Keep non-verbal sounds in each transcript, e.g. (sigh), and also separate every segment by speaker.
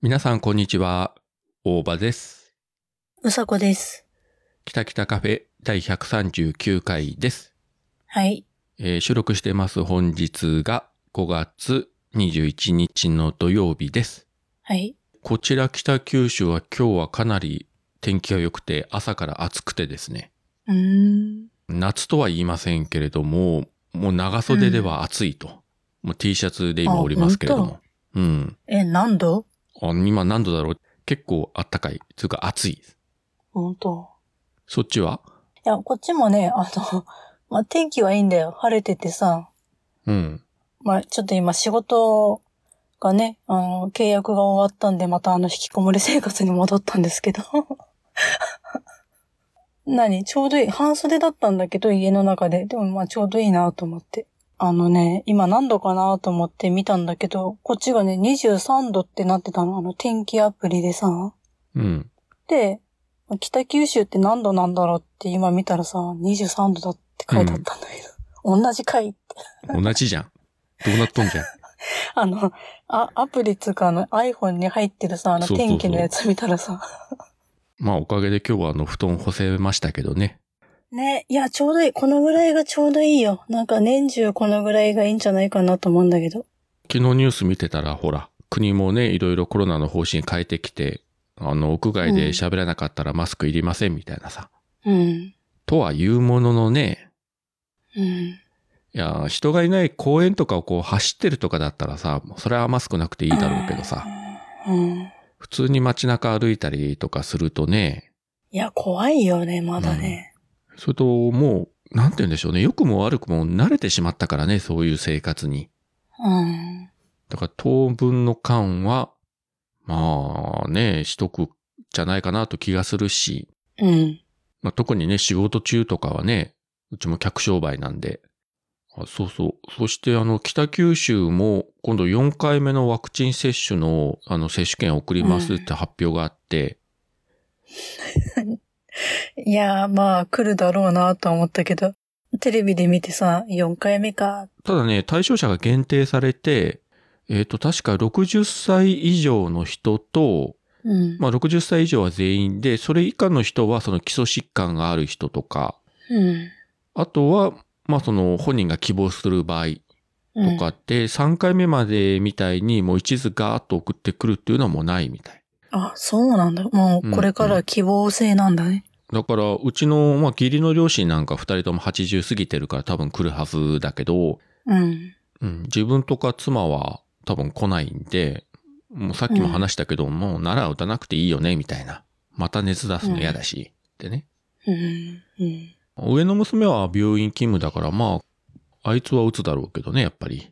Speaker 1: 皆さん、こんにちは。大場です。
Speaker 2: うさこです。
Speaker 1: 北北カフェ第139回です。
Speaker 2: はい。
Speaker 1: えー収録してます本日が5月21日の土曜日です。
Speaker 2: はい。
Speaker 1: こちら北九州は今日はかなり天気が良くて朝から暑くてですね。
Speaker 2: うーん。
Speaker 1: 夏とは言いませんけれども、もう長袖では暑いと。もう T シャツで今おりますけれども。うん。
Speaker 2: え、何度
Speaker 1: あ今何度だろう結構あったかい。つうか暑い。
Speaker 2: 本当。
Speaker 1: そっちはい
Speaker 2: や、こっちもね、 (laughs) あの、まあ、天気はいいんだよ。晴れててさ。
Speaker 1: うん。
Speaker 2: まあ、ちょっと今仕事がね、あの、契約が終わったんで、またあの、引きこもり生活に戻ったんですけど。 (laughs) 何ちょうどいい。半袖だったんだけど、家の中で。でもまあ、ちょうどいいなと思って。あのね、今何度かなと思って見たんだけど、こっちがね、23度ってなってたの。あの、天気アプリでさ。
Speaker 1: うん。
Speaker 2: で、北九州って何度なんだろうって今見たらさ、23度だって書いてあったんだけど、同じ回って。
Speaker 1: 同じじゃん。どうなっとんじゃん。
Speaker 2: あの、あ、アプリっつうかあの iPhone に入ってるさ、あの
Speaker 1: そうそうそう
Speaker 2: 天気のやつ見たらさ、
Speaker 1: まあおかげで今日はあの布団干せましたけどね。
Speaker 2: ね、いや、ちょうどいい。このぐらいがちょうどいいよ。なんか年中このぐらいがいいんじゃないかなと思うんだけど。
Speaker 1: 昨日ニュース見てたらほら、国もね、いろいろコロナの方針変えてきて、あの、屋外で喋らなかったらマスクいりませんみたいなさ。
Speaker 2: うん。
Speaker 1: とは言うもののね、
Speaker 2: うん。
Speaker 1: いや、人がいない公園とかをこう走ってるとかだったらさ、それはマスクなくていいだろうけどさ、
Speaker 2: うん。
Speaker 1: 普通に街中歩いたりとかするとね、
Speaker 2: いや、怖いよね、まだね。
Speaker 1: それともう、なんて言うんでしょうね、良くも悪くも慣れてしまったからね、そういう生活に。
Speaker 2: うん。
Speaker 1: だから当分の間は、まあね、しとくじゃないかなと気がするし、
Speaker 2: うん。
Speaker 1: まあ、特にね、仕事中とかはね、うちも客商売なんで。あそうそう。そしてあの、北九州も今度4回目のワクチン接種の、あの、接種券送りますって発表があって、
Speaker 2: いやー、まあ、来るだろうなとは思ったけど、テレビで見てさ、4回目か。
Speaker 1: ただね、対象者が限定されて、えっ、と、確か60歳以上の人と、
Speaker 2: うん。
Speaker 1: まあ、60歳以上は全員で、それ以下の人はその基礎疾患がある人とか、
Speaker 2: うん。
Speaker 1: あとは、まあ、その本人が希望する場合
Speaker 2: う
Speaker 1: と
Speaker 2: ん
Speaker 1: かって、3回目までみたいにもう一途ガーッと送ってくるっていうのはもうないみたい。
Speaker 2: あ、そうなんだ。もう、これから希望性なんだね。
Speaker 1: だから、うちの、まあ、義理の両親なんか2人とも80過ぎてるから多分来るはずだけど、
Speaker 2: うん。
Speaker 1: うん、自分とか妻は多分来ないんで、もうさっきも話したけど、もうなら打たなくていいよね、みたいな。また熱出すの嫌だし、ってね。
Speaker 2: うん。うん。
Speaker 1: 上の娘は病院勤務だから、まあ、あいつは打つだろうけどね、やっぱり。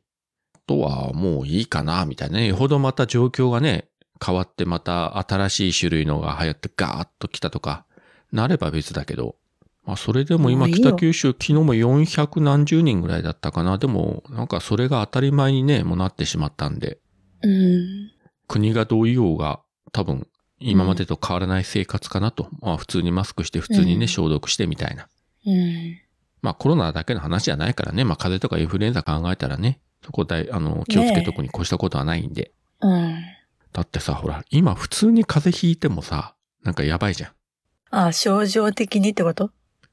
Speaker 1: あとはもういいかな、みたいなね。よほどまた状況がね、変わってまた新しい種類のが流行ってガーッと来たとか、なれば別だけど。まあ、それでも
Speaker 2: も
Speaker 1: 今
Speaker 2: ういいよ
Speaker 1: 北九州、昨日も400何十人ぐらいだったかな。でも、なんかそれが当たり前にね、もうなってしまったんで、
Speaker 2: うん。
Speaker 1: 国がどう言おうが、多分、今までと変わらない生活かなと。まあ、普通にマスクして、普通に
Speaker 2: う
Speaker 1: ね、
Speaker 2: ん
Speaker 1: 消毒してみたいな。
Speaker 2: うん。
Speaker 1: まあコロナだけの話じゃないからね、まあ風邪とかインフルエンザ考えたらね、そこだい、あの、気をつけとくに越したことはないんで。
Speaker 2: うん。
Speaker 1: だってさ、ほら、今普通に風邪ひいてもさ、なんかやばいじゃん。
Speaker 2: あ、症状的にってこと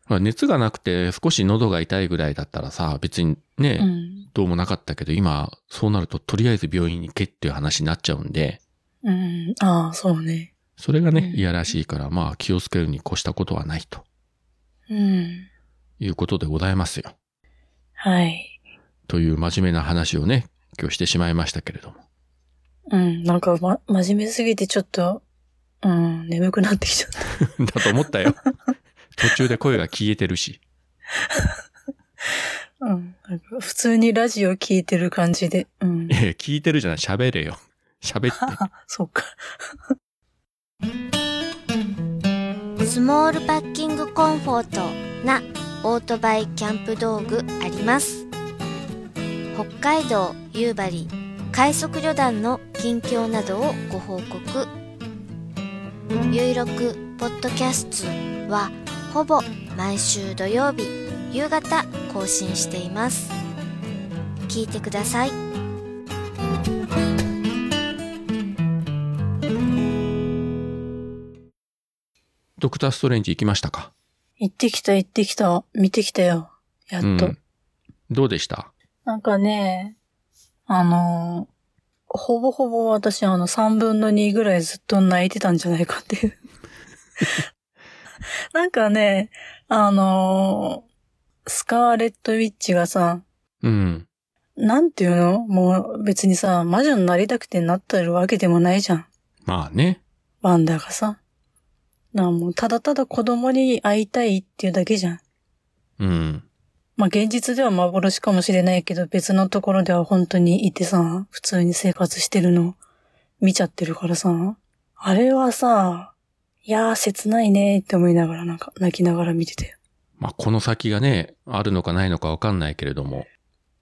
Speaker 1: ほら、熱がなくて少し喉が痛いぐらいだったらさ、別にね、
Speaker 2: うん。
Speaker 1: どうもなかったけど、今、そうなるととりあえず病院に行けっていう話になっちゃうんで、
Speaker 2: うん。ああ、そうね。
Speaker 1: それがね、
Speaker 2: うん
Speaker 1: いやらしいから、まあ気をつけるに越したことはないと
Speaker 2: うん。
Speaker 1: いうことでございますよ。
Speaker 2: はい。
Speaker 1: という真面目な話をね、今日してしまいましたけれども。
Speaker 2: うん。なんか、ま、真面目すぎてちょっと、うん、眠くなってきちゃった。
Speaker 1: (laughs) だと思ったよ。途中で声が消えてるし。 (laughs)
Speaker 2: うん。なんか普通にラジオ聞いてる感じで。うん
Speaker 1: い。やいや聞いてるじゃない、喋れよ。喋って。
Speaker 2: (laughs) あ、そうか。
Speaker 3: スモールパッキングコンフォートなオートバイキャンプ道具あります北海道夕張快速旅団の近況などをご報告「ゆいろくポッドキャスト」はほぼ毎週土曜日夕方更新しています聞いてください
Speaker 1: ドクターストレンジ行きましたか
Speaker 2: 行ってきた行ってきた。見てきたよ。やっ
Speaker 1: うん
Speaker 2: と。
Speaker 1: どうでした
Speaker 2: なんかね、あのーほぼほぼ私あの3分の2ぐらいずっと泣いてたんじゃないかっていう。 (laughs) なんかね、あのースカーレット・ウィッチがさ、
Speaker 1: うん。
Speaker 2: なんていうのもう別にさ、魔女になりたくてなってるわけでもないじゃん。
Speaker 1: まあね。
Speaker 2: ワンダがさ。なあもうただただ子供に会いたいっていうだけじゃん。
Speaker 1: うん。
Speaker 2: まあ、現実では幻かもしれないけど、別のところでは本当にいてさ、普通に生活してるの見ちゃってるからさ、あれはさ、いやー切ないねーって思いながらなんか泣きながら見てて。
Speaker 1: まあこの先がね、あるのかないのかわかんないけれども、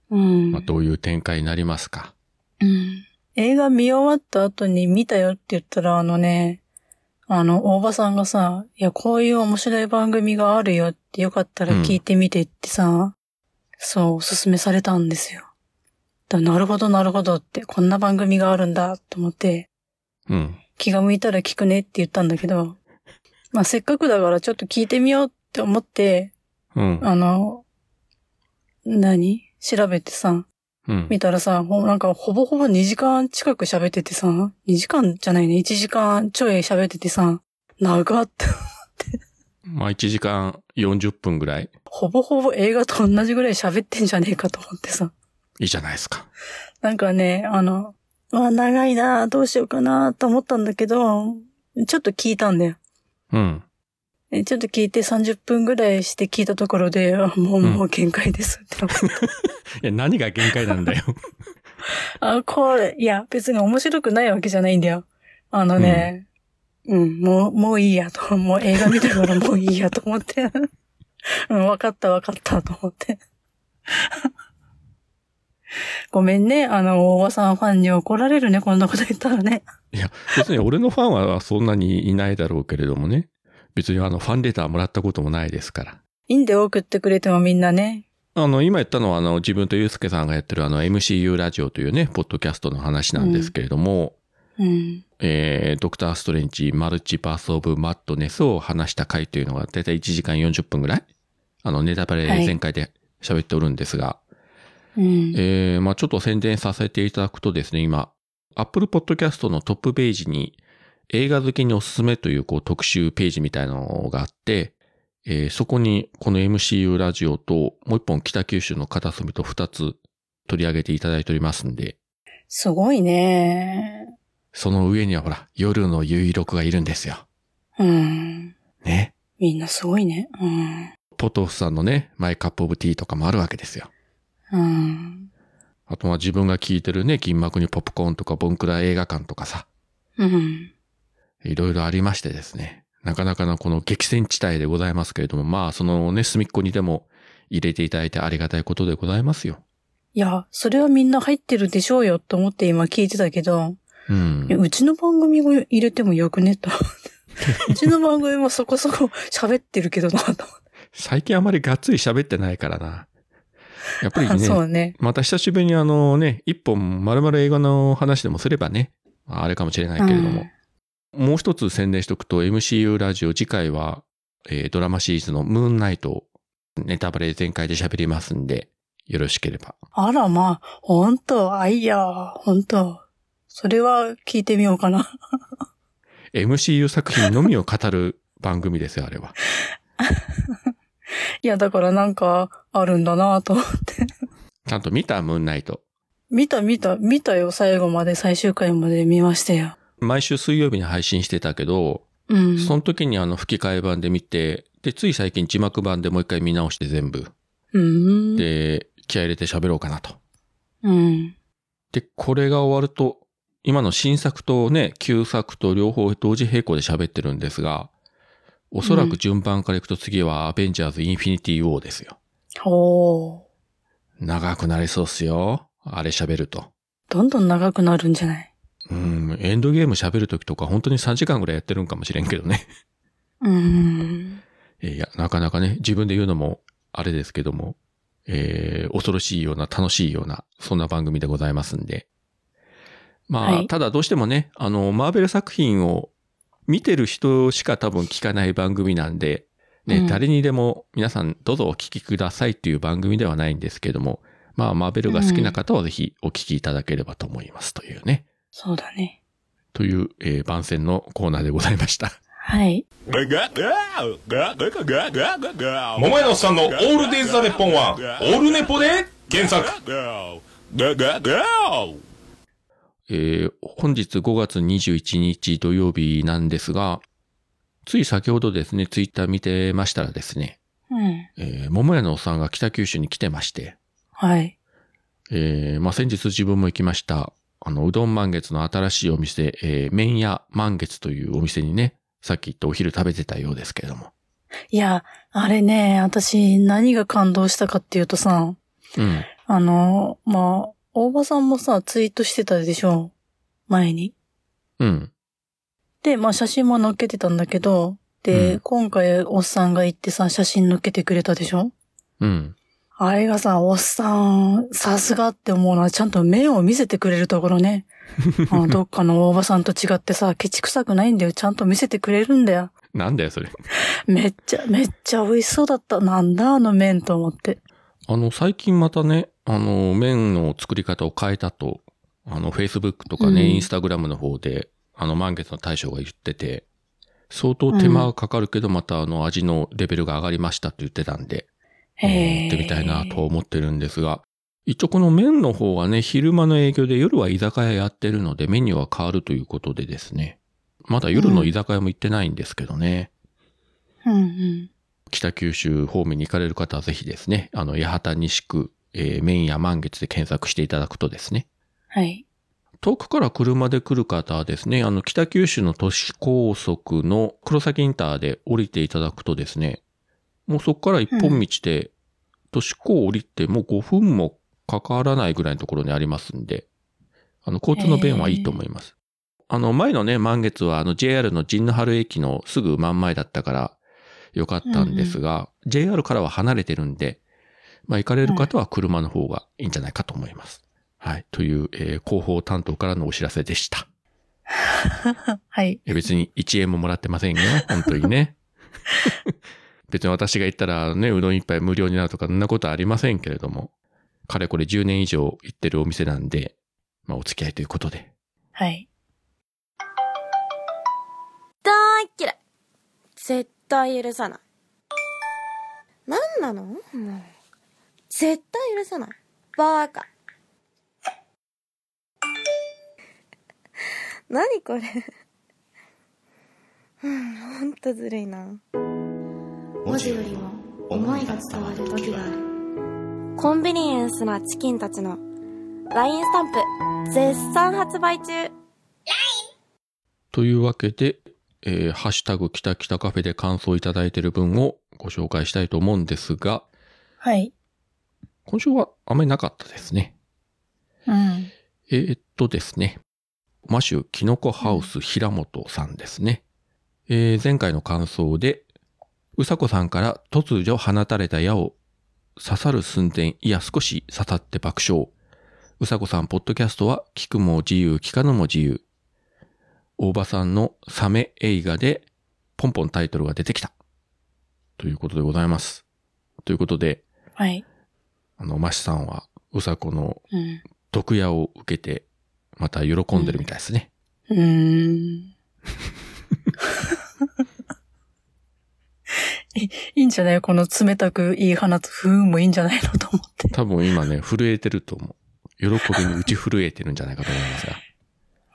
Speaker 2: うん。
Speaker 1: まあどういう展開になりますか。
Speaker 2: うん。映画見終わった後に見たよって言ったらあのね、あの、大場さんがさ、いや、こういう面白い番組があるよってよかったら聞いてみてってさ、そう、おすすめされたんですよ。だなるほど、なるほどって、こんな番組があるんだと思って、
Speaker 1: うん。
Speaker 2: 気が向いたら聞くねって言ったんだけど、まあ、せっかくだからちょっと聞いてみようって思って、
Speaker 1: うん。
Speaker 2: あの、何調べてさ、
Speaker 1: うん。
Speaker 2: 見たらさ、もうなんかほぼほぼ2時間近く喋っててさ、2時間じゃないね、1時間ちょい喋っててさ、長って、 (laughs)
Speaker 1: まあ1時間40分ぐらい。
Speaker 2: ほぼほぼ映画と同じぐらい喋ってんじゃねえかと思ってさ。
Speaker 1: いいじゃないですか。
Speaker 2: なんかね、あの、うわ、長いなどうしようかなと思ったんだけど、ちょっと聞いたんだよ。
Speaker 1: うん。
Speaker 2: えちょっと聞いて30分ぐらいして聞いたところで、あもう、
Speaker 1: うん
Speaker 2: もう限界ですって思った。
Speaker 1: いや、何が限界なんだ
Speaker 2: (laughs)
Speaker 1: よ。
Speaker 2: あ、これ、いや、別に面白くないわけじゃないんだよ。あのね、うん、もう、もういいやと、 (laughs) もう映画見たからもういいやと思って。 (laughs) うん、わかったわかったと思って。 (laughs) ごめんね、あの、大場さんファンに怒られるね、こんなこと言ったらね。
Speaker 1: いや、別に俺のファンはそんなにいないだろうけれどもね。別にあの、ファンレターもらったこともないですから。
Speaker 2: いいんで送ってくれてもみんなね。
Speaker 1: あの、今言ったのはあの、自分とゆうすけさんがやってるあの、MCU ラジオというね、ポッドキャストの話なんですけれども、
Speaker 2: うん。
Speaker 1: えー、ドクター・ストレンジ、マルチバース・オブ・マッドネスを話した回というのが、だいたい1時間40分ぐらいあの、ネタバレ全開で喋っておるんですが、
Speaker 2: うん。
Speaker 1: えーまあちょっと宣伝させていただくとですね、今、Apple Podcast のトップページに映画好きにおすすめというこう特集ページみたいなのがあって、えーそこにこの MCU ラジオともう一本北九州の片隅と二つ取り上げていただいておりますんで、
Speaker 2: すごいね。
Speaker 1: その上にはほら、夜の有力がいるんですよ。
Speaker 2: うん。
Speaker 1: ね。
Speaker 2: みんなすごいね。
Speaker 1: ポトフさんのね、マイカップオブティーとかもあるわけですよ。
Speaker 2: うん。うん。
Speaker 1: あとは自分が聴いてるね、銀幕にポップコーンとかボンクラ映画館とかさ、
Speaker 2: うん。
Speaker 1: いろいろありましてですね。なかなかのこの激戦地帯でございますけれども、まあそのね、隅っこにでも入れていただいてありがたいことでございますよ。
Speaker 2: いや、それはみんな入ってるでしょうよと思って今聞いてたけど、
Speaker 1: うん
Speaker 2: いや。うちの番組を入れてもよくねと。
Speaker 1: (laughs)
Speaker 2: うちの番組もそこそこ (laughs) 喋ってるけどなと。
Speaker 1: 最近あまりがっつり喋ってないからな。やっぱりね、
Speaker 2: そうね。
Speaker 1: また久しぶりにあのね、一本丸々映画の話でもすればね、まああれかもしれないけれども、もう一つ宣伝しとくと MCU ラジオ次回は、えードラマシリーズのムーンナイトをネタバレ全開で喋りますんで、よろしければ。
Speaker 2: あらまあ、ほんと、あいや、ほんと。それは聞いてみようかな。 (laughs)
Speaker 1: MCU 作品のみを語る番組ですよ、あれ
Speaker 2: (laughs)
Speaker 1: は。
Speaker 2: いや、だからなんかあるんだなと。
Speaker 1: ちゃんと見たムーンナイト。
Speaker 2: 見た見た、見たよ、最後まで、最終回まで見ましたよ。
Speaker 1: 毎週水曜日に配信してたけど、
Speaker 2: うん。
Speaker 1: その時にあの吹き替え版で見て、で、つい最近字幕版でもう一回見直して全部。
Speaker 2: うん。
Speaker 1: で、気合入れて喋ろうかなと。
Speaker 2: うん。
Speaker 1: で、これが終わると、今の新作とね、旧作と両方同時並行で喋ってるんですが、おそらく順番からいくと次はアベンジャーズインフィニティウォーですよ。
Speaker 2: おー。
Speaker 1: 長くなりそうっすよ。あれ喋ると。
Speaker 2: どんどん長くなるんじゃない
Speaker 1: うん、エンドゲーム喋るときとか本当に3時間ぐらいやってるんかもしれんけどね。 (laughs)
Speaker 2: うん。
Speaker 1: いや、なかなかね、自分で言うのもあれですけども、えー、恐ろしいような楽しいような、そんな番組でございますんで。まあ、
Speaker 2: はい
Speaker 1: ただどうしてもね、あの、マーベル作品を見てる人しか多分聞かない番組なんで、ね、
Speaker 2: うん
Speaker 1: 誰にでも皆さんどうぞお聞きくださいっていう番組ではないんですけども、まあ、マーベルが好きな方はぜひお聞きいただければと思いますというね、
Speaker 2: そうだね。
Speaker 1: という、えー番宣のコーナーでございました。 (laughs)
Speaker 2: はい。
Speaker 4: 桃
Speaker 5: 桃
Speaker 4: 屋
Speaker 5: 屋
Speaker 4: の
Speaker 5: の
Speaker 4: おっ
Speaker 5: おっ
Speaker 4: さ
Speaker 5: さ
Speaker 4: ん
Speaker 5: ん
Speaker 4: の
Speaker 5: の
Speaker 4: オ
Speaker 5: オ
Speaker 4: ー
Speaker 5: ー
Speaker 4: ル
Speaker 5: ル
Speaker 4: デ
Speaker 5: デ
Speaker 4: イ
Speaker 5: イ
Speaker 4: ズ・
Speaker 5: ズ・
Speaker 4: ザ・
Speaker 5: ザ・
Speaker 4: ネッ
Speaker 5: ネッ
Speaker 4: ポ
Speaker 5: ポ
Speaker 4: ン
Speaker 5: ン
Speaker 4: は
Speaker 5: は、
Speaker 4: オー
Speaker 5: オー
Speaker 4: ル
Speaker 5: ル
Speaker 4: ネ
Speaker 5: ネ
Speaker 4: ポ
Speaker 5: ポ
Speaker 4: で
Speaker 5: で
Speaker 4: 検
Speaker 5: 検
Speaker 4: 索
Speaker 5: 索。
Speaker 1: えー本日5月21日土曜日なんですが、つい先ほどですね、ツイッター見てましたらですね、
Speaker 2: うん。
Speaker 1: えー桃屋のおっさんが北九州に来てまして、
Speaker 2: はい。
Speaker 1: えーまあ、先日自分も行きました。あの、うどん満月の新しいお店、えー麺屋満月というお店にね、さっき言ったお昼食べてたようですけれども。
Speaker 2: いや、あれね、私何が感動したかっていうとさ、
Speaker 1: うん。
Speaker 2: あの、まあ、大場さんもさ、ツイートしてたでしょ前に。
Speaker 1: うん。
Speaker 2: で、まあ写真も載っけてたんだけど、で、
Speaker 1: うん
Speaker 2: 今回おっさんが行ってさ、写真載っけてくれたでしょ
Speaker 1: うん。
Speaker 2: あれがさ、おっさん、さすがって思うのは、ちゃんと目を見せてくれるとこ
Speaker 1: (laughs)
Speaker 2: ろね。あのどっかの大場さんと違ってさ、ケチくさくないんだよ。ちゃんと見せてくれるんだよ。
Speaker 1: なんだよ、それ。
Speaker 2: めっちゃ、めっちゃ美味しそうだった。なんだ、あの麺と思って。
Speaker 1: あの、最近またね、あの、麺の作り方を変えたと、あの、Facebook とかね、
Speaker 2: うん
Speaker 1: Instagram の方で、あの、満月の大将が言ってて、相当手間がかかるけど、またあの、味のレベルが上がりましたって言ってたんで、
Speaker 2: へえ。
Speaker 1: 行ってみたいなと思ってるんですが、一応この麺の方はね、昼間の営業で夜は居酒屋やってるのでメニューは変わるということでですね、まだ夜の居酒屋も行ってないんですけどね、
Speaker 2: うんうん。
Speaker 1: 北九州方面に行かれる方はぜひですね、あの、八幡西区、えー、麺や満月で検索していただくとですね、
Speaker 2: はい。 (laughs)
Speaker 1: 遠くから車で来る方はですね、あの、北九州の都市高速の黒崎インターで降りていただくとですね、もうそこから一本道で、都市高を降りてもう5分もかからないぐらいのところにありますんで、あの、交通の便はいいと思います。あの、前のね、満月はあの JR の神野原駅のすぐ真ん前だったからよかったんですが、JR からは離れてるんで、まあ、行かれる方は車の方がいいんじゃないかと思います。はい。という、えー広報担当からのお知らせでした。
Speaker 2: はい。
Speaker 1: え別に1円ももらってませんよ。本当にね。 (laughs) 別に私が行ったらね、うどん一杯無料になるとか、そんなことはありませんけれども、かれこれ10年以上行ってるお店なんで、まあお付き合いということで。
Speaker 2: はい。
Speaker 6: 大っ嫌い絶対許さない何なのもう絶対許さないバーカ (laughs) 何これ (laughs) うんほんとずるいな
Speaker 7: 文字よりも思いが伝わる時がある
Speaker 6: コンビニエンスなチキンたちの LINE スタンプ絶賛発売中
Speaker 1: というわけで、えーハッシュタグきたきたカフェで感想いただいてる分をご紹介したいと思うんですが、
Speaker 2: はい。
Speaker 1: 今週はあまりなかったですね。
Speaker 2: うん。
Speaker 1: えーっとですね。マシュキノコハウス平本さんですね。えー前回の感想で、うさこさんから突如放たれた矢を刺さる寸前、いや少し刺さって爆笑。うさこさん、ポッドキャストは聞くも自由、聞かぬも自由。大場さんのサメ映画でポンポンタイトルが出てきた。ということでございます。ということで、
Speaker 2: はい。
Speaker 1: あの、マシュさんはうさこの
Speaker 2: うん。
Speaker 1: 毒矢を受けて、また喜んでるみたいですね。
Speaker 2: うーん。 (laughs) い (laughs) いいんじゃないこの冷たく言い放つ不運もいいんじゃないのと思って。
Speaker 1: 多分今ね、震えてると思う。喜びに打ち震えてるんじゃないかと思いますが。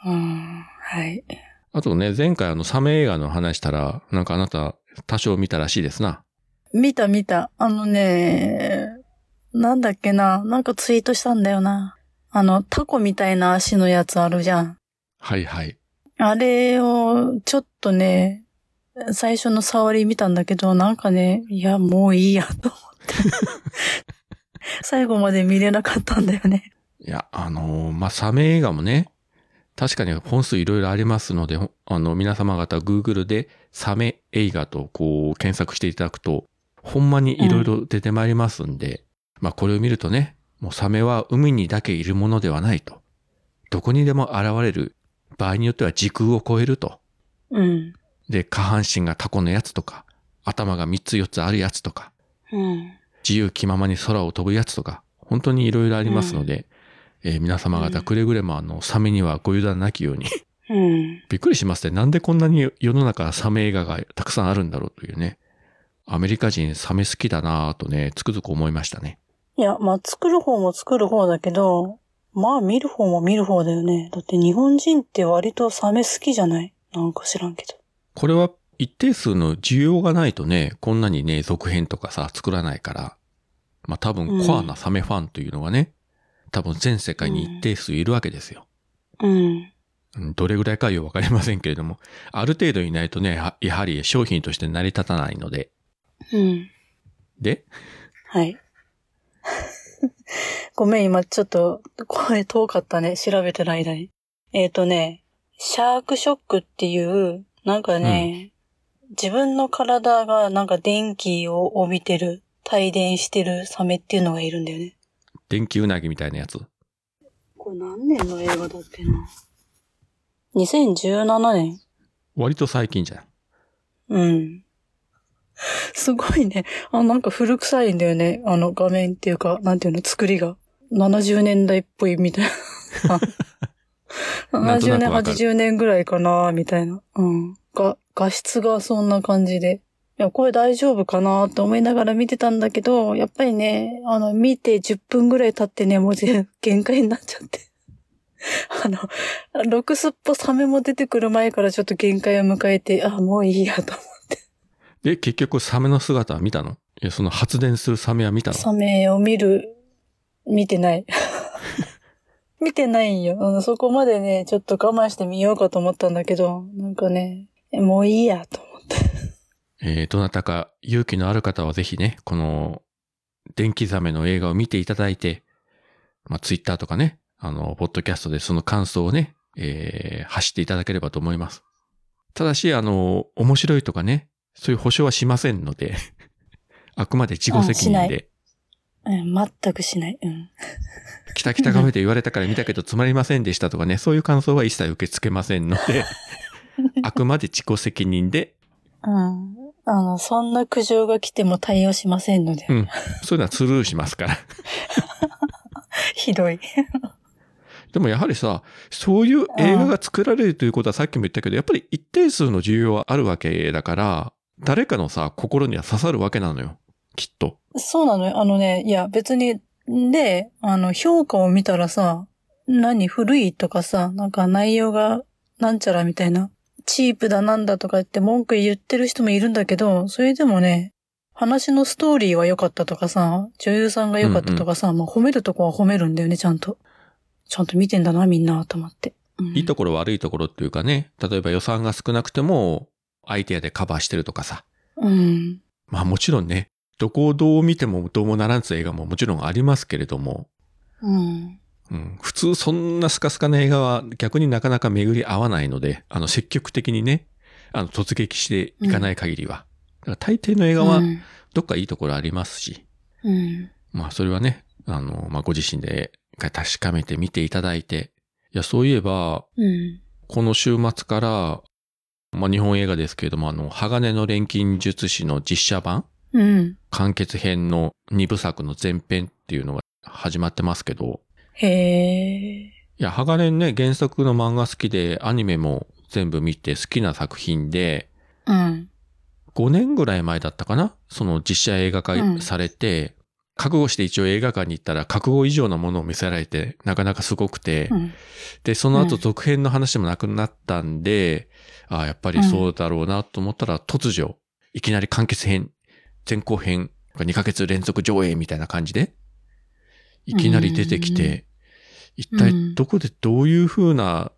Speaker 2: うん。はい。
Speaker 1: あとね、前回あのサメ映画の話したら、なんかあなた多少見たらしいですな。
Speaker 2: 見た見た。あのね、なんだっけな。なんかツイートしたんだよな。あの、タコみたいな足のやつあるじゃん。
Speaker 1: はいはい。
Speaker 2: あれを、ちょっとね、最初の触り見たんだけど、なんかね、いや、もういいや、と思 (laughs) って。最後まで見れなかったんだよね。
Speaker 1: いや、あのーまあ、サメ映画もね、確かに本数いろいろありますので、ほあの、皆様方 Google でサメ映画とこう検索していただくと、ほんまにいろいろ出てまいりますんで、まあ、これを見るとね、もうサメは海にだけいるものではないと。どこにでも現れる、場合によっては時空を超えると
Speaker 2: うん。
Speaker 1: で、下半身がタコのやつとか、頭が3つ4つあるやつとか、
Speaker 2: うん。
Speaker 1: 自由気ままに空を飛ぶやつとか、本当にいろいろありますので、えー皆様方くれぐれもあの、サメにはご油断なきように。
Speaker 2: うん。
Speaker 1: びっくりしますね。なんでこんなに世の中サメ映画がたくさんあるんだろうというね。アメリカ人サメ好きだなぁとね、つくづく思いましたね。
Speaker 2: いや、まあ、作る方も作る方だけど、まあ、見る方も見る方だよね。だって日本人って割とサメ好きじゃないなんか知らんけど。
Speaker 1: これは一定数の需要がないとね、こんなにね、続編とかさ、作らないから。まあ多分コアなサメファンというのがね、多分全世界に一定数いるわけですよ。
Speaker 2: うん。
Speaker 1: うんどれぐらいかようわかりませんけれども、ある程度いないとね、はやはり商品として成り立たないので。
Speaker 2: うん。
Speaker 1: で、
Speaker 2: はい。 (laughs) ごめん、今ちょっと声遠かったね。調べてる間に。えっ、とね、シャークショックっていう、なんかね、自分の体がなんか電気を帯びてる、帯電してるサメっていうのがいるんだよね。
Speaker 1: 電気うなぎみたいなやつ。
Speaker 2: これ何年の映画だっけな。2017年。
Speaker 1: 割と最近じゃん。
Speaker 2: うん。すごいね。あ、なんか古臭いんだよね。あの画面っていうか、なんていうの、作りが。70年代っぽいみたい
Speaker 1: (laughs)
Speaker 2: な。
Speaker 1: なんと
Speaker 2: 70
Speaker 1: な
Speaker 2: 年、
Speaker 1: くわかる
Speaker 2: 80年ぐらいかな、みたいな。うん。が、画質がそんな感じで。いや、これ大丈夫かなと思いながら見てたんだけど、やっぱりね、あの、見て10分ぐらい経ってね、もう全限界になっちゃって。 (laughs) あの、ロクスっぽサメも出てくる前からちょっと限界を迎えて、あ、もういいやと思って。
Speaker 1: で、結局サメの姿は見たのいや、その発電するサメは見たの
Speaker 2: サメを見る、見てない。 (laughs) 見てないんよ。あの、そこまでね、ちょっと我慢してみようかと思ったんだけど、なんかね、えもういいやと思って。
Speaker 1: えーどなたか勇気のある方はぜひね、この、電気ザメの映画を見ていただいて、まあ、ツイッターとかね、あの、ポッドキャストでその感想をね、えー発していただければと思います。ただし、あの、面白いとかね、そういう保証はしませんので、 (laughs) あくまで自己責
Speaker 2: あ
Speaker 1: 任
Speaker 2: しな
Speaker 1: で、
Speaker 2: うん、全くしない。うん。
Speaker 1: きたきたカフェで言われたから見たけどつまりませんでしたとかね、そういう感想は一切受け付けませんので、
Speaker 2: (laughs)
Speaker 1: あくまで自己責任で
Speaker 2: うん。あの、そんな苦情が来ても対応しませんので
Speaker 1: う。ん。そういうのはスルーしますから。
Speaker 2: ひどい。
Speaker 1: でもやはりさ、そういう映画が作られるということはさっきも言ったけど、やっぱり一定数の需要はあるわけだから、誰かのさ、心には刺さるわけなのよ。きっと。
Speaker 2: そうなのよ。あのね、いや、別に、で、あの、評価を見たらさ、何、古いとかさ、なんか内容が、なんちゃらみたいな、チープだなんだとか言って文句言ってる人もいるんだけど、それでもね、話のストーリーは良かったとかさ、女優さんが良かったとかさ、まあ褒めるとこは褒めるんだよね、ちゃんと。ちゃんと見てんだな、みんな、と思って。うん
Speaker 1: いいところ悪いところっていうかね、例えば予算が少なくても、アイデアでカバーしてるとかさ。
Speaker 2: うん。
Speaker 1: まあもちろんね、どこをどう見てもどうもならんつ映画ももちろんありますけれども、
Speaker 2: うん。
Speaker 1: うん、普通そんなスカスカな映画は逆になかなか巡り合わないので、あの積極的にね、あの突撃していかない限りは。だから大抵の映画は
Speaker 2: うん
Speaker 1: どっかいいところありますし、
Speaker 2: うん。
Speaker 1: まあそれはね、あの、まあご自身で確かめて見ていただいて、いや、そういえば、
Speaker 2: うん。
Speaker 1: この週末から、まあ日本映画ですけれども、あの、鋼の錬金術師の実写版、
Speaker 2: うん。
Speaker 1: 完結編の2部作の前編っていうのが始まってますけど、
Speaker 2: へえ。
Speaker 1: いや、ハガレンね、原作の漫画好きで、アニメも全部見て好きな作品で、
Speaker 2: うん。
Speaker 1: 5年ぐらい前だったかなその実写映画
Speaker 2: うん
Speaker 1: 化されて、覚悟して一応映画館に行ったら、覚悟以上のものを見せられて、なかなかすごくて、
Speaker 2: うん。
Speaker 1: で、その後
Speaker 2: うん
Speaker 1: 続編の話もなくなったんで、ああ、やっぱりそうだろうなと思ったら、突如、いきなり完結編、前後編が2ヶ月連続上映みたいな感じで、いきなり出てきて、一体どこでどういう風な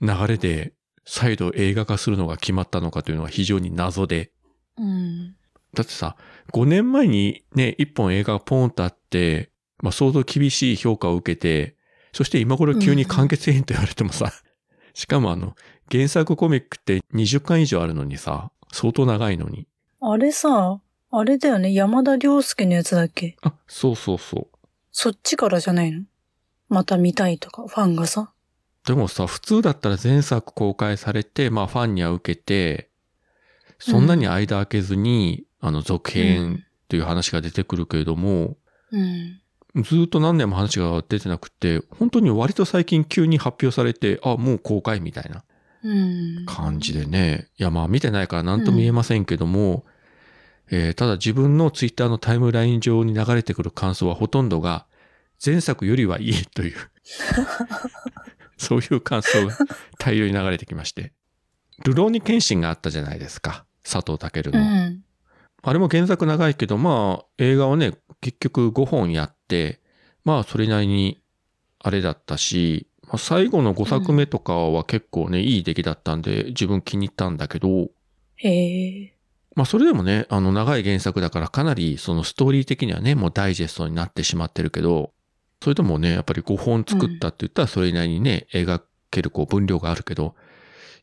Speaker 1: 流れで再度映画化するのが決まったのかというのは非常に謎で、
Speaker 2: うん。
Speaker 1: だってさ、5年前にね、一本映画がポーンとあって、まあ相当厳しい評価を受けて、そして今頃急に完結編と言われてもさ、 (laughs) しかもあの、原作コミックって20巻以上あるのにさ、相当長いのに。
Speaker 2: あれさ、あれだよね、山田涼介のやつだっけ
Speaker 1: あ、そうそうそう。
Speaker 2: そっちからじゃないのまた見たいとか、ファンがさ。
Speaker 1: でもさ、普通だったら前作公開されて、まあファンには受けて、そんなに間空けずに、あの続編という話が出てくるけれども、
Speaker 2: うん。
Speaker 1: ずーっと何年も話が出てなくて、本当に割と最近急に発表されて、あ、もう公開みたいな
Speaker 2: うん。
Speaker 1: 感じでね。いや、まあ見てないから何とも言えませんけども、えーただ自分のツイッターのタイムライン上に流れてくる感想はほとんどが、前作よりはいいという、そういう感想が大量に流れてきまして。ルローニケンシンがあったじゃないですか。佐藤健
Speaker 2: う
Speaker 1: の。
Speaker 2: ん。
Speaker 1: あれも原作長いけど、まあ、映画をね、結局5本やって、まあ、それなりに、あれだったし、まあ、最後の5作目とかは結構ね、いい出来だったんで、自分気に入ったんだけど、
Speaker 2: へえ。
Speaker 1: まあ、それでもね、あの、長い原作だから、かなり、そのストーリー的にはね、もうダイジェストになってしまってるけど、それでもね、やっぱり5本作ったって言ったら、それなりにね、描ける、こう、分量があるけど、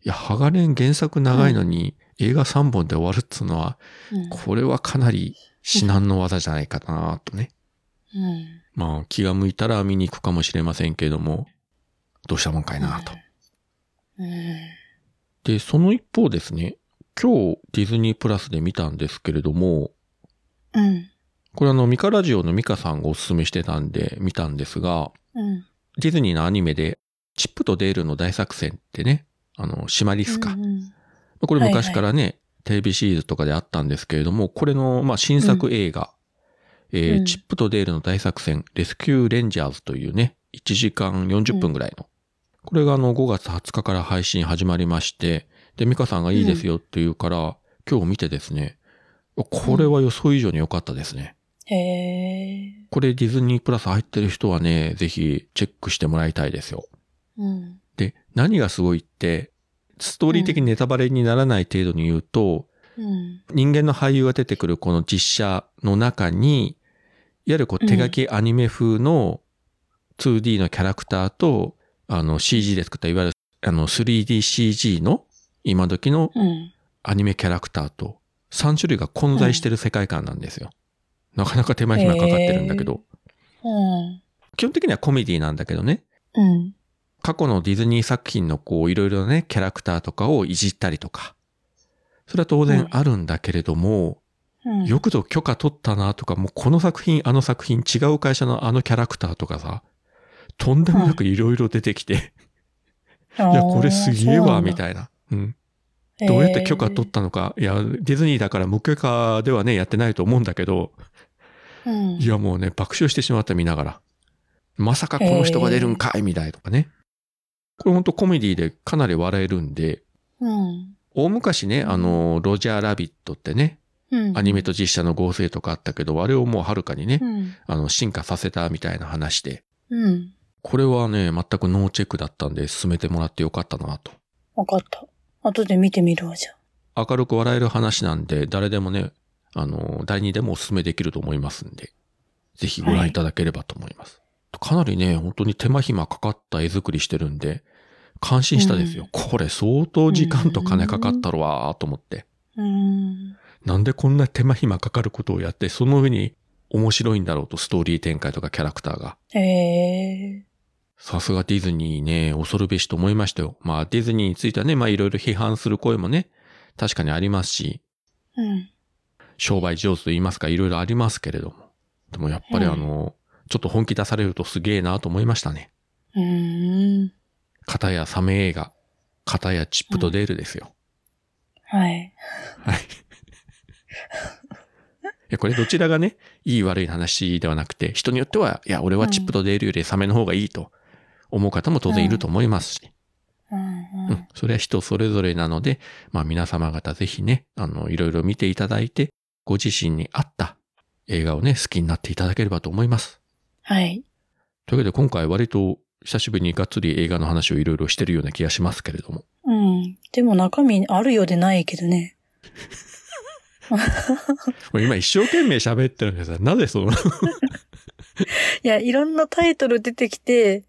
Speaker 1: いや、鋼原作長いのに、映画3本で終わるっつうのは、
Speaker 2: うん
Speaker 1: これはかなり至難の技じゃないかなとね。
Speaker 2: うん。
Speaker 1: (laughs) まあ気が向いたら見に行くかもしれませんけれども、どうしたもんかいなと。
Speaker 2: うん。
Speaker 1: で、その一方ですね、今日ディズニープラスで見たんですけれども、
Speaker 2: うん。
Speaker 1: これあのミカラジオのミカさんがおすすめしてたんで見たんですが、
Speaker 2: うん。
Speaker 1: ディズニーのアニメでチップとデールの大作戦ってね、あの、シマリスか
Speaker 2: う。ん
Speaker 1: これ昔からね、テレビシリーズとかであったんですけれども、これの、まあ、新作映画、えー
Speaker 2: うん
Speaker 1: チップとデールの大作戦、レスキューレンジャーズというね、1時間40分ぐらいの。これがあの、5月20日から配信始まりまして、で、ミカさんがいいですよって言うから、今日見てですね、これは予想以上に良かったですね。
Speaker 2: へえ。
Speaker 1: これディズニープラス入ってる人はね、ぜひチェックしてもらいたいですよ。
Speaker 2: うん。
Speaker 1: で、何がすごいって、ストーリー的にネタバレにならない程度に言うと、
Speaker 2: うん。
Speaker 1: 人間の俳優が出てくるこの実写の中に、いわゆるこう手書きアニメ風の 2D のキャラクターと、あの CG で作ったいわゆるあの 3DCG の今時の
Speaker 2: うん。
Speaker 1: アニメキャラクターと3種類が混在してる世界観なんですよ。なかなか手間暇かかってるんだけど、
Speaker 2: うん。
Speaker 1: 基本的にはコメディなんだけどね、
Speaker 2: うん。
Speaker 1: 過去のディズニー作品のこういろいろね、キャラクターとかをいじったりとか、それは当然あるんだけれども、
Speaker 2: うん。
Speaker 1: よくぞ許可取ったなとか、もうこの作品、あの作品、違う会社のあのキャラクターとかさ、とんでもなくいろいろ出てきて、いや、これすげえわ、み
Speaker 2: い
Speaker 1: たいな。うん。
Speaker 2: な
Speaker 1: どうやって許可取ったのか。いや、ディズニーだから無許可ではね、やってないと思うんだけど、
Speaker 2: たうん。
Speaker 1: いや、もうね、爆笑してしまった、見ながら。まさかこの人が出るんかい、みたいとかね。これほんとコメディでかなり笑えるんで、
Speaker 2: うん。
Speaker 1: 大昔ね、あの、ロジャーラビットってね、
Speaker 2: うん。
Speaker 1: アニメと実写の合成とかあったけど、あれをもうはるかにね、
Speaker 2: うん。
Speaker 1: あの、進化させたみたいな話で、
Speaker 2: うん。
Speaker 1: これはね、全くノーチェックだったんで進めてもらってよかったなと。
Speaker 2: わかった。後で見てみるわ、じゃあ。
Speaker 1: 明るく笑える話なんで、誰でもね、あの、誰にでもお勧めできると思いますんで、ぜひご覧いただければと思います。かなりね、本当に手間暇かかった絵作りしてるんで、感心したですよ。これ相当時間と金かかったろわーと思って。
Speaker 2: うん。
Speaker 1: なんでこんな手間暇かかることをやって、その上に面白いんだろうと、ストーリー展開とかキャラクターが。
Speaker 2: へえ。
Speaker 1: さすがディズニーね、恐るべしと思いましたよ。まあディズニーについてはね、まあいろいろ批判する声もね、確かにありますし、
Speaker 2: うん。
Speaker 1: 商売上手と言いますか、いろいろありますけれども。でもやっぱりあの、ちょっと本気出されるとすげえなと思いましたね。
Speaker 2: うん。
Speaker 1: 片やサメ映画、片やチップとデールですよ。
Speaker 2: はい。
Speaker 1: はい。い (laughs) や、これどちらがね、いい悪い話ではなくて、人によっては、いや、俺はチップとデールよりサメの方がいいと思う方も当然いると思いますし。
Speaker 2: うん。
Speaker 1: うん、それは人それぞれなので、まあ皆様方ぜひね、あの、いろいろ見ていただいて、ご自身に合った映画をね、好きになっていただければと思います。
Speaker 2: はい。
Speaker 1: というわけで今回割と久しぶりにがっつり映画の話をいろいろしてるような気がしますけれども。
Speaker 2: うん。でも中身あるようでないけどね。
Speaker 1: 俺今一生懸命喋ってるんですが、なぜその、
Speaker 2: いや、いろんなタイトル出てきて、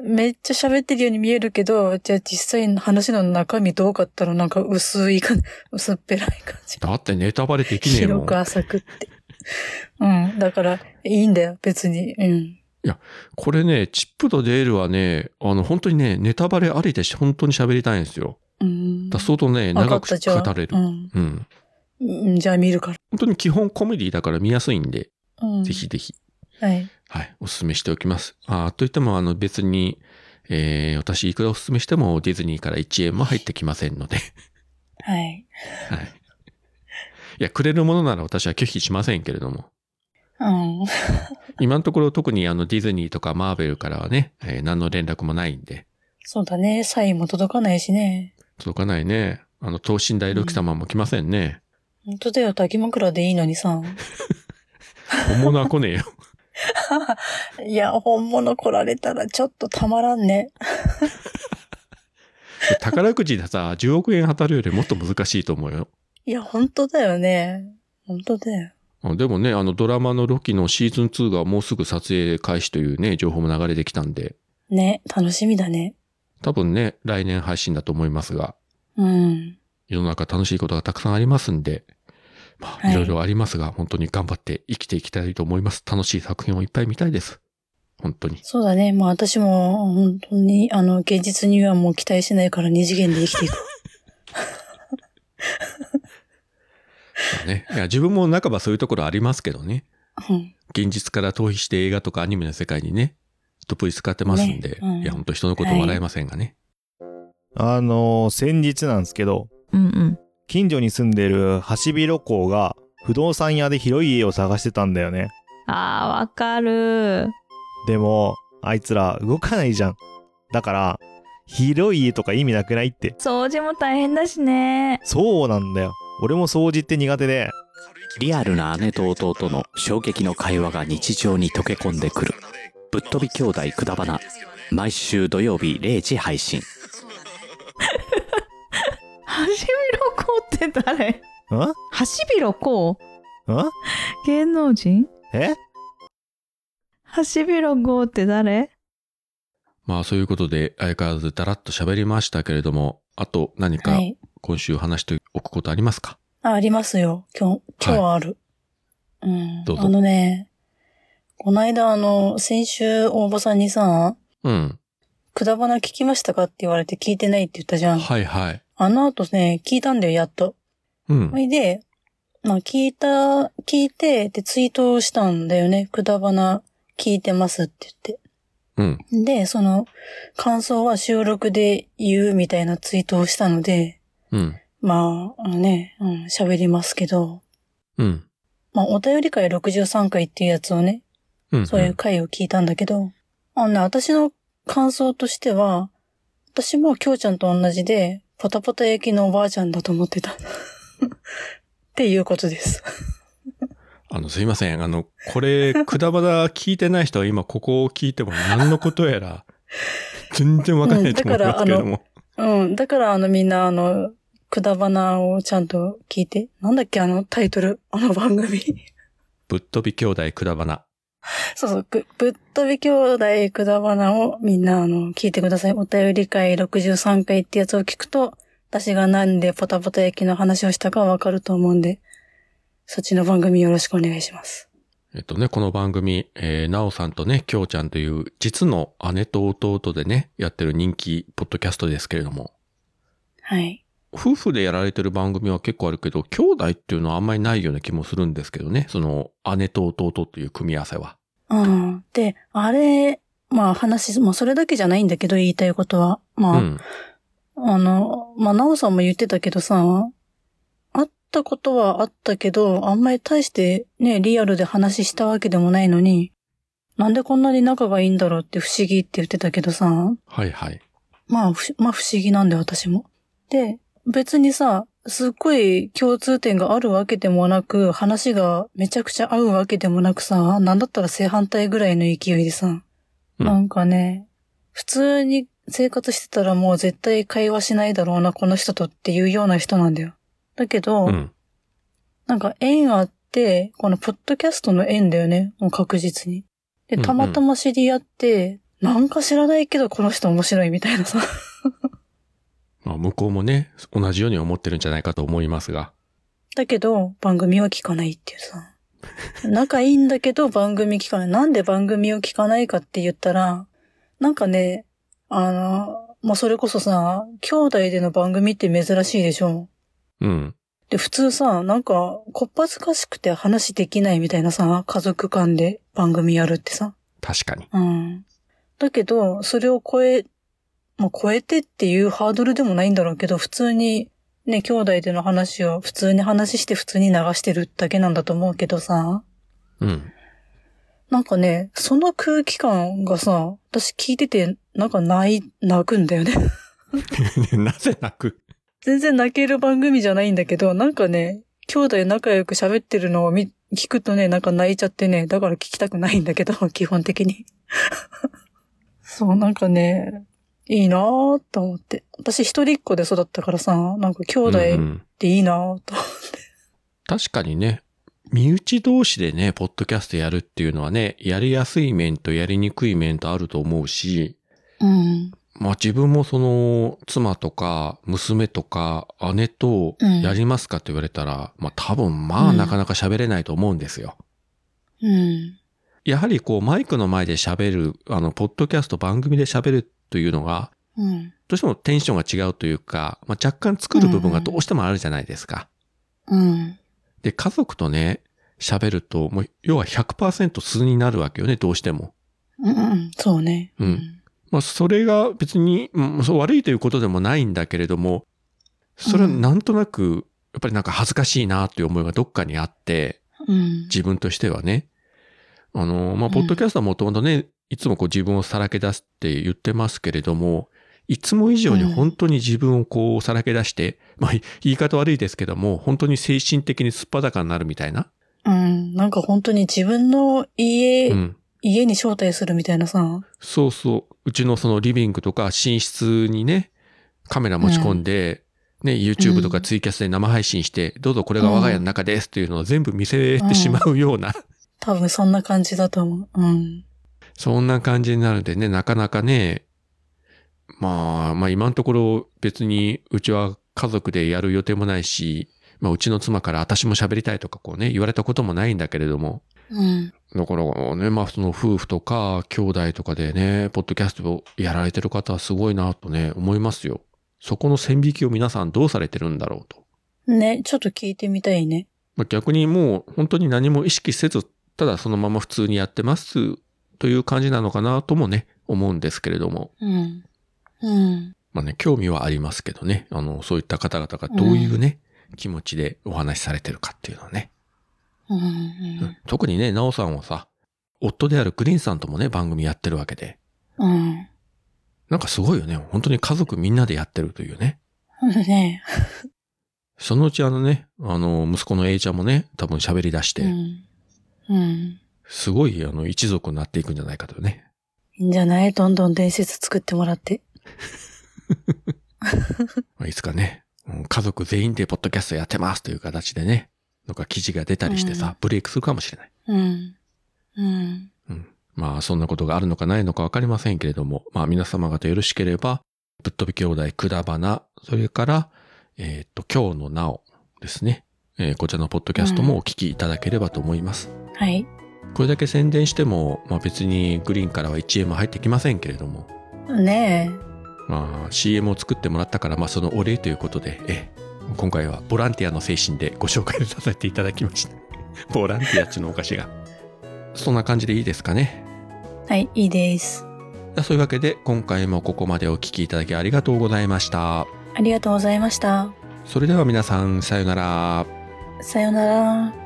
Speaker 2: めっちゃ喋ってるように見えるけど、じゃあ実際の話の中身どうかったらなんか薄いか、 (laughs) 薄っぺらい感じ。
Speaker 1: だってネタバレできねえも
Speaker 2: 広
Speaker 1: ん。
Speaker 2: く浅くって。うん。だから、いいんだよ、別に。うん。
Speaker 1: これね、チップとデールはね、あの、本当にね、ネタバレありで本当に喋りたいんですよ。
Speaker 2: うん。
Speaker 1: だ相当ね、
Speaker 2: わか
Speaker 1: 長
Speaker 2: っ
Speaker 1: く
Speaker 2: たじゃあ
Speaker 1: 語れる
Speaker 2: う。ん。
Speaker 1: うん。
Speaker 2: うんじゃあ見るから。
Speaker 1: 本当に基本コメディだから見やすいんで、
Speaker 2: うん。
Speaker 1: ぜひ。ぜひ、
Speaker 2: はい。
Speaker 1: はい、お勧めしておきます。あーといっても、あの、別に、えー、私いくらお勧めしてもディズニーから1円も入ってきませんので、 (laughs)
Speaker 2: はい。
Speaker 1: はい。いや、くれるものなら私は拒否しませんけれども。
Speaker 2: うん。
Speaker 1: 今のところ特にあのディズニーとかマーベルからはね、えー何の連絡もないんで、
Speaker 2: そうだね。サインも届かないしね。
Speaker 1: 届かないね。あの、等身大ルキ様も来ませんね。
Speaker 2: 本当だよ。滝枕でいいのにさ。
Speaker 1: 本物は来ねえ (laughs) よ。
Speaker 2: いや、本物来られたらちょっとたまらんね。
Speaker 1: 宝くじでさ、10億円当たるよりもっと難しいと思うよ。
Speaker 2: いや、本当だよね。本当だよ。
Speaker 1: あでもね、あのドラマのロキのシーズン2がもうすぐ撮影開始というね、情報も流れてきたんで、
Speaker 2: ね。楽しみだね。
Speaker 1: 多分ね、来年配信だと思いますが、
Speaker 2: うん。
Speaker 1: 世の中楽しいことがたくさんありますんで、まあ、
Speaker 2: はい
Speaker 1: いろいろありますが、本当に頑張って生きていきたいと思います。楽しい作品をいっぱい見たいです。本当に。
Speaker 2: そうだね。まあ私も本当に、あの、現実にはもう期待しないから二次元で生きていく。 (laughs)
Speaker 1: そうね。 (laughs) いや、自分も半ばそういうところありますけどね。
Speaker 2: うん。
Speaker 1: 現実から逃避して映画とかアニメの世界にね、どっぷり使ってますんで、
Speaker 2: ねうん
Speaker 1: いや、本当人のこと笑えませんがね。
Speaker 4: あのー先日なんですけど
Speaker 5: うんうん。
Speaker 4: 近所に住んでるハシビロコウが不動産屋で広い家を探してたんだよね
Speaker 5: あー、わかる。
Speaker 4: でもあいつら動かないじゃんだから広い家とか意味なくないって
Speaker 5: 掃除も大変だしね。
Speaker 4: そうなんだよ俺も掃除って苦手で
Speaker 8: リアルな姉と弟の衝撃の会話が日常に溶け込んでくる「ぶっ飛び兄弟くだばな」毎週土曜日0時配信
Speaker 5: ハシビロコウって誰
Speaker 4: んん
Speaker 5: ハシビロコウ芸能人
Speaker 4: え
Speaker 5: ハシビロコウって誰
Speaker 1: まあ、そういうことで、相変わらずだらっと喋りましたけれども、あと何か
Speaker 2: はい。
Speaker 1: 今週話しておくことありますか、
Speaker 2: あ、ありますよ。今日、今日はある。うん。
Speaker 1: どうぞ
Speaker 2: あのね、こないだあの、先週大場さんにさ、
Speaker 1: うん。
Speaker 2: くだばな聞きましたかって言われて聞いてないって言ったじゃん。
Speaker 1: はいはい。
Speaker 2: あの後ね、聞いたんだよ、やっと。
Speaker 1: うん
Speaker 2: そ。れで、まあ聞いた、聞いて、で、ツイートをしたんだよね。くだばな聞いてますって言
Speaker 1: うん。
Speaker 2: って。で、その、感想は収録で言うみたいなツイートをしたので、
Speaker 1: うん。
Speaker 2: まあ、あのね、うん、喋りますけど、
Speaker 1: うん。
Speaker 2: まあ、お便り会63回っていうやつをね、
Speaker 1: うん。
Speaker 2: そういう回を聞いたんだけど、あのね、私の感想としては、私もきょうちゃんと同じで、ポタポタ焼きのおばあちゃんだと思ってた。っていうことです。
Speaker 1: あの、すいません。あの、これ、くだばだ聞いてない人は今ここを聞いても何のことやら、全然わかんないと思いますけれども。
Speaker 2: うん。だからあのみんなあの、くだばなをちゃんと聞いて。なんだっけあのタイトル。あの番組。
Speaker 1: ぶっ飛び兄弟くだばな。
Speaker 2: そうそう。くぶっ飛び兄弟くだばなをみんなあの、聞いてください。お便り会63回ってやつを聞くと、私がなんでポタポタ焼きの話をしたかわかると思うんで、そっちの番組よろしくお願いします。
Speaker 1: えっとね、この番組、えー、なおさんとね、きょうちゃんという実の姉と弟でね、やってる人気ポッドキャストですけれども、
Speaker 2: はい。
Speaker 1: 夫婦でやられてる番組は結構あるけど、兄弟っていうのはあんまりないような気もするんですけどね、その姉と弟という組み合わせは。
Speaker 2: うん。で、あれ、まあ話、まあそれだけじゃないんだけど言いたいことは。まあ、
Speaker 1: うん。
Speaker 2: あの、まあ、なおさんも言ってたけどさ、会ったことはあったけど、あんまり大してね、リアルで話したわけでもないのに、なんでこんなに仲がいいんだろうって不思議って言ってたけどさ、
Speaker 1: はいはい。
Speaker 2: まあ、ふしまあ不思議なんだよ、私も。で、別にさ、すっごい共通点があるわけでもなく、話がめちゃくちゃ合うわけでもなくさ、なんだったら正反対ぐらいの勢いでさ、
Speaker 1: うん
Speaker 2: なんかね、普通に生活してたらもう絶対会話しないだろうな、この人とっていうような人なんだよ。だけど、
Speaker 1: うん。
Speaker 2: なんか縁あって、このポッドキャストの縁だよね、もう確実に。で、
Speaker 1: うんうん
Speaker 2: たまたま知り合って、なんか知らないけどこの人面白いみたいなさ、
Speaker 1: まあ、向こうもね、同じように思ってるんじゃないかと思いますが。
Speaker 2: だけど、番組は聞かないっていうさ。仲いいんだけど番組聞かない。なんで番組を聞かないかって言ったら、なんかね、あの、もうそれこそさ、兄弟での番組って珍しいでしょ。
Speaker 1: うん。
Speaker 2: で、普通さ、なんか、こっぱずかしくて話できないみたいなさ、家族間で番組やるってさ。
Speaker 1: 確かに。
Speaker 2: うん。だけど、それを超え、まあ、超えてっていうハードルでもないんだろうけど、普通に、ね、兄弟での話を普通に話して普通に流してるだけなんだと思うけどさ、
Speaker 1: うん。
Speaker 2: なんかね、その空気感がさ、私聞いてて、なんか泣い、泣くんだよね。
Speaker 1: (laughs) なぜ泣く
Speaker 2: 全然泣ける番組じゃないんだけど、なんかね、兄弟仲良く喋ってるのを見聞くとね、なんか泣いちゃってね、だから聞きたくないんだけど、 (laughs) 基本的に。そう、なんかね、いいなぁと思って。私一人っ子で育ったからさ、なんか兄弟
Speaker 1: うんう
Speaker 2: っ
Speaker 1: ん
Speaker 2: ていいなぁと。
Speaker 1: 確かにね、身内同士でね、ポッドキャストやるっていうのはね、やりやすい面とやりにくい面とあると思うし、
Speaker 2: うん。
Speaker 1: まあ自分もその、妻とか、娘とか、姉と
Speaker 2: うん、
Speaker 1: やりますかって言われたら、まあ多分まあ
Speaker 2: うん
Speaker 1: なかなか喋れないと思うんですよ。
Speaker 2: うん。
Speaker 1: やはりこうマイクの前で喋る、あの、ポッドキャスト番組で喋るというのが、
Speaker 2: うん。
Speaker 1: どうしてもテンションが違うというか、まあ若干作る部分がどうしてもあるじゃないですか。
Speaker 2: うん。
Speaker 1: で、家族とね、喋ると、もう、要は100%素になるわけよね、どうしても。
Speaker 2: うん。そうね。
Speaker 1: うんまあ、それが別に、うんそう悪いということでもないんだけれども、それはなんとなく、やっぱりなんか恥ずかしいなという思いがどっかにあって、
Speaker 2: うん。
Speaker 1: 自分としてはね。あの、まあ、
Speaker 2: うん
Speaker 1: ポッドキャストはもともとね、いつもこう自分をさらけ出すって言ってますけれども、いつも以上に本当に自分をこうさらけ出して、まあ、言い方悪いですけども、本当に精神的にすっぱだかになるみたいな。
Speaker 2: うん。なんか本当に自分の家、
Speaker 1: うん。
Speaker 2: 家に招待するみたいなさ。
Speaker 1: そうそう。うちのそのリビングとか寝室にね、カメラ持ち込んで、ね、YouTube とかツイキャスで生配信して、どうぞこれが我が家の中ですっていうのを全部見せてしまうような、
Speaker 2: 多分そんな感じだと思う。うん。
Speaker 1: (laughs) そんな感じになるんでね、なかなかね、まあ、まあ今のところ別にうちは家族でやる予定もないし、まあうちの妻から私も喋りたいとかこうね、言われたこともないんだけれども、
Speaker 2: うん。
Speaker 1: だからね、まあその夫婦とか兄弟とかでね、ポッドキャストをやられてる方はすごいなとね、思いますよ。そこの線引きを皆さんどうされてるんだろうと。
Speaker 2: ね、ちょっと聞いてみたいね。
Speaker 1: まあ、逆にもう本当に何も意識せず、ただそのまま普通にやってますという感じなのかなともね、思うんですけれども。
Speaker 2: うん。うん。
Speaker 1: まあね、興味はありますけどね、あの、そういった方々がどういうね、気持ちでお話しされてるかっていうのはね。
Speaker 2: うん。
Speaker 1: うん特にね、なおさんはさ、夫であるグリーンさんともね、番組やってるわけで。
Speaker 2: うん。うん。
Speaker 1: なんかすごいよね。本当に家族みんなでやってるというね。
Speaker 2: ね
Speaker 1: そのうちあのね、あの、息子の A ちゃんもね、多分喋り出して、
Speaker 2: うん。うん。
Speaker 1: すごいあの、一族になっていくんじゃないかとね。
Speaker 2: いいんじゃないどんどん伝説作ってもらって。
Speaker 1: まあいつかね、うん家族全員でポッドキャストやってますという形でね、なんか記事が出たりしてさ、
Speaker 2: うん
Speaker 1: ブレイクするかもしれない。
Speaker 2: うん。うん。
Speaker 1: うん。まあ、そんなことがあるのかないのかわかりませんけれども、まあ、皆様方よろしければ、ぶっ飛び兄弟くだばな、それから、えーっと、今日のなおですね。えーこちらのポッドキャストもお聞きいただければと思います。
Speaker 2: はい。
Speaker 1: これだけ宣伝しても、まあ、別にグリーンからは1円も入ってきませんけれども、
Speaker 2: ね
Speaker 1: まあ、CM を作ってもらったから、まあ、そのお礼ということでええ今回はボランティアの精神でご紹介させていただきました (laughs) ボランティアっちゅうのお菓子がそんな感じでいいですかね
Speaker 2: え。はい、いいです。
Speaker 1: そういうわけで今回もここまでお聞きいただきありがとうございました
Speaker 2: ありがとうございました。
Speaker 1: それでは皆さんさようなら
Speaker 2: さよなら。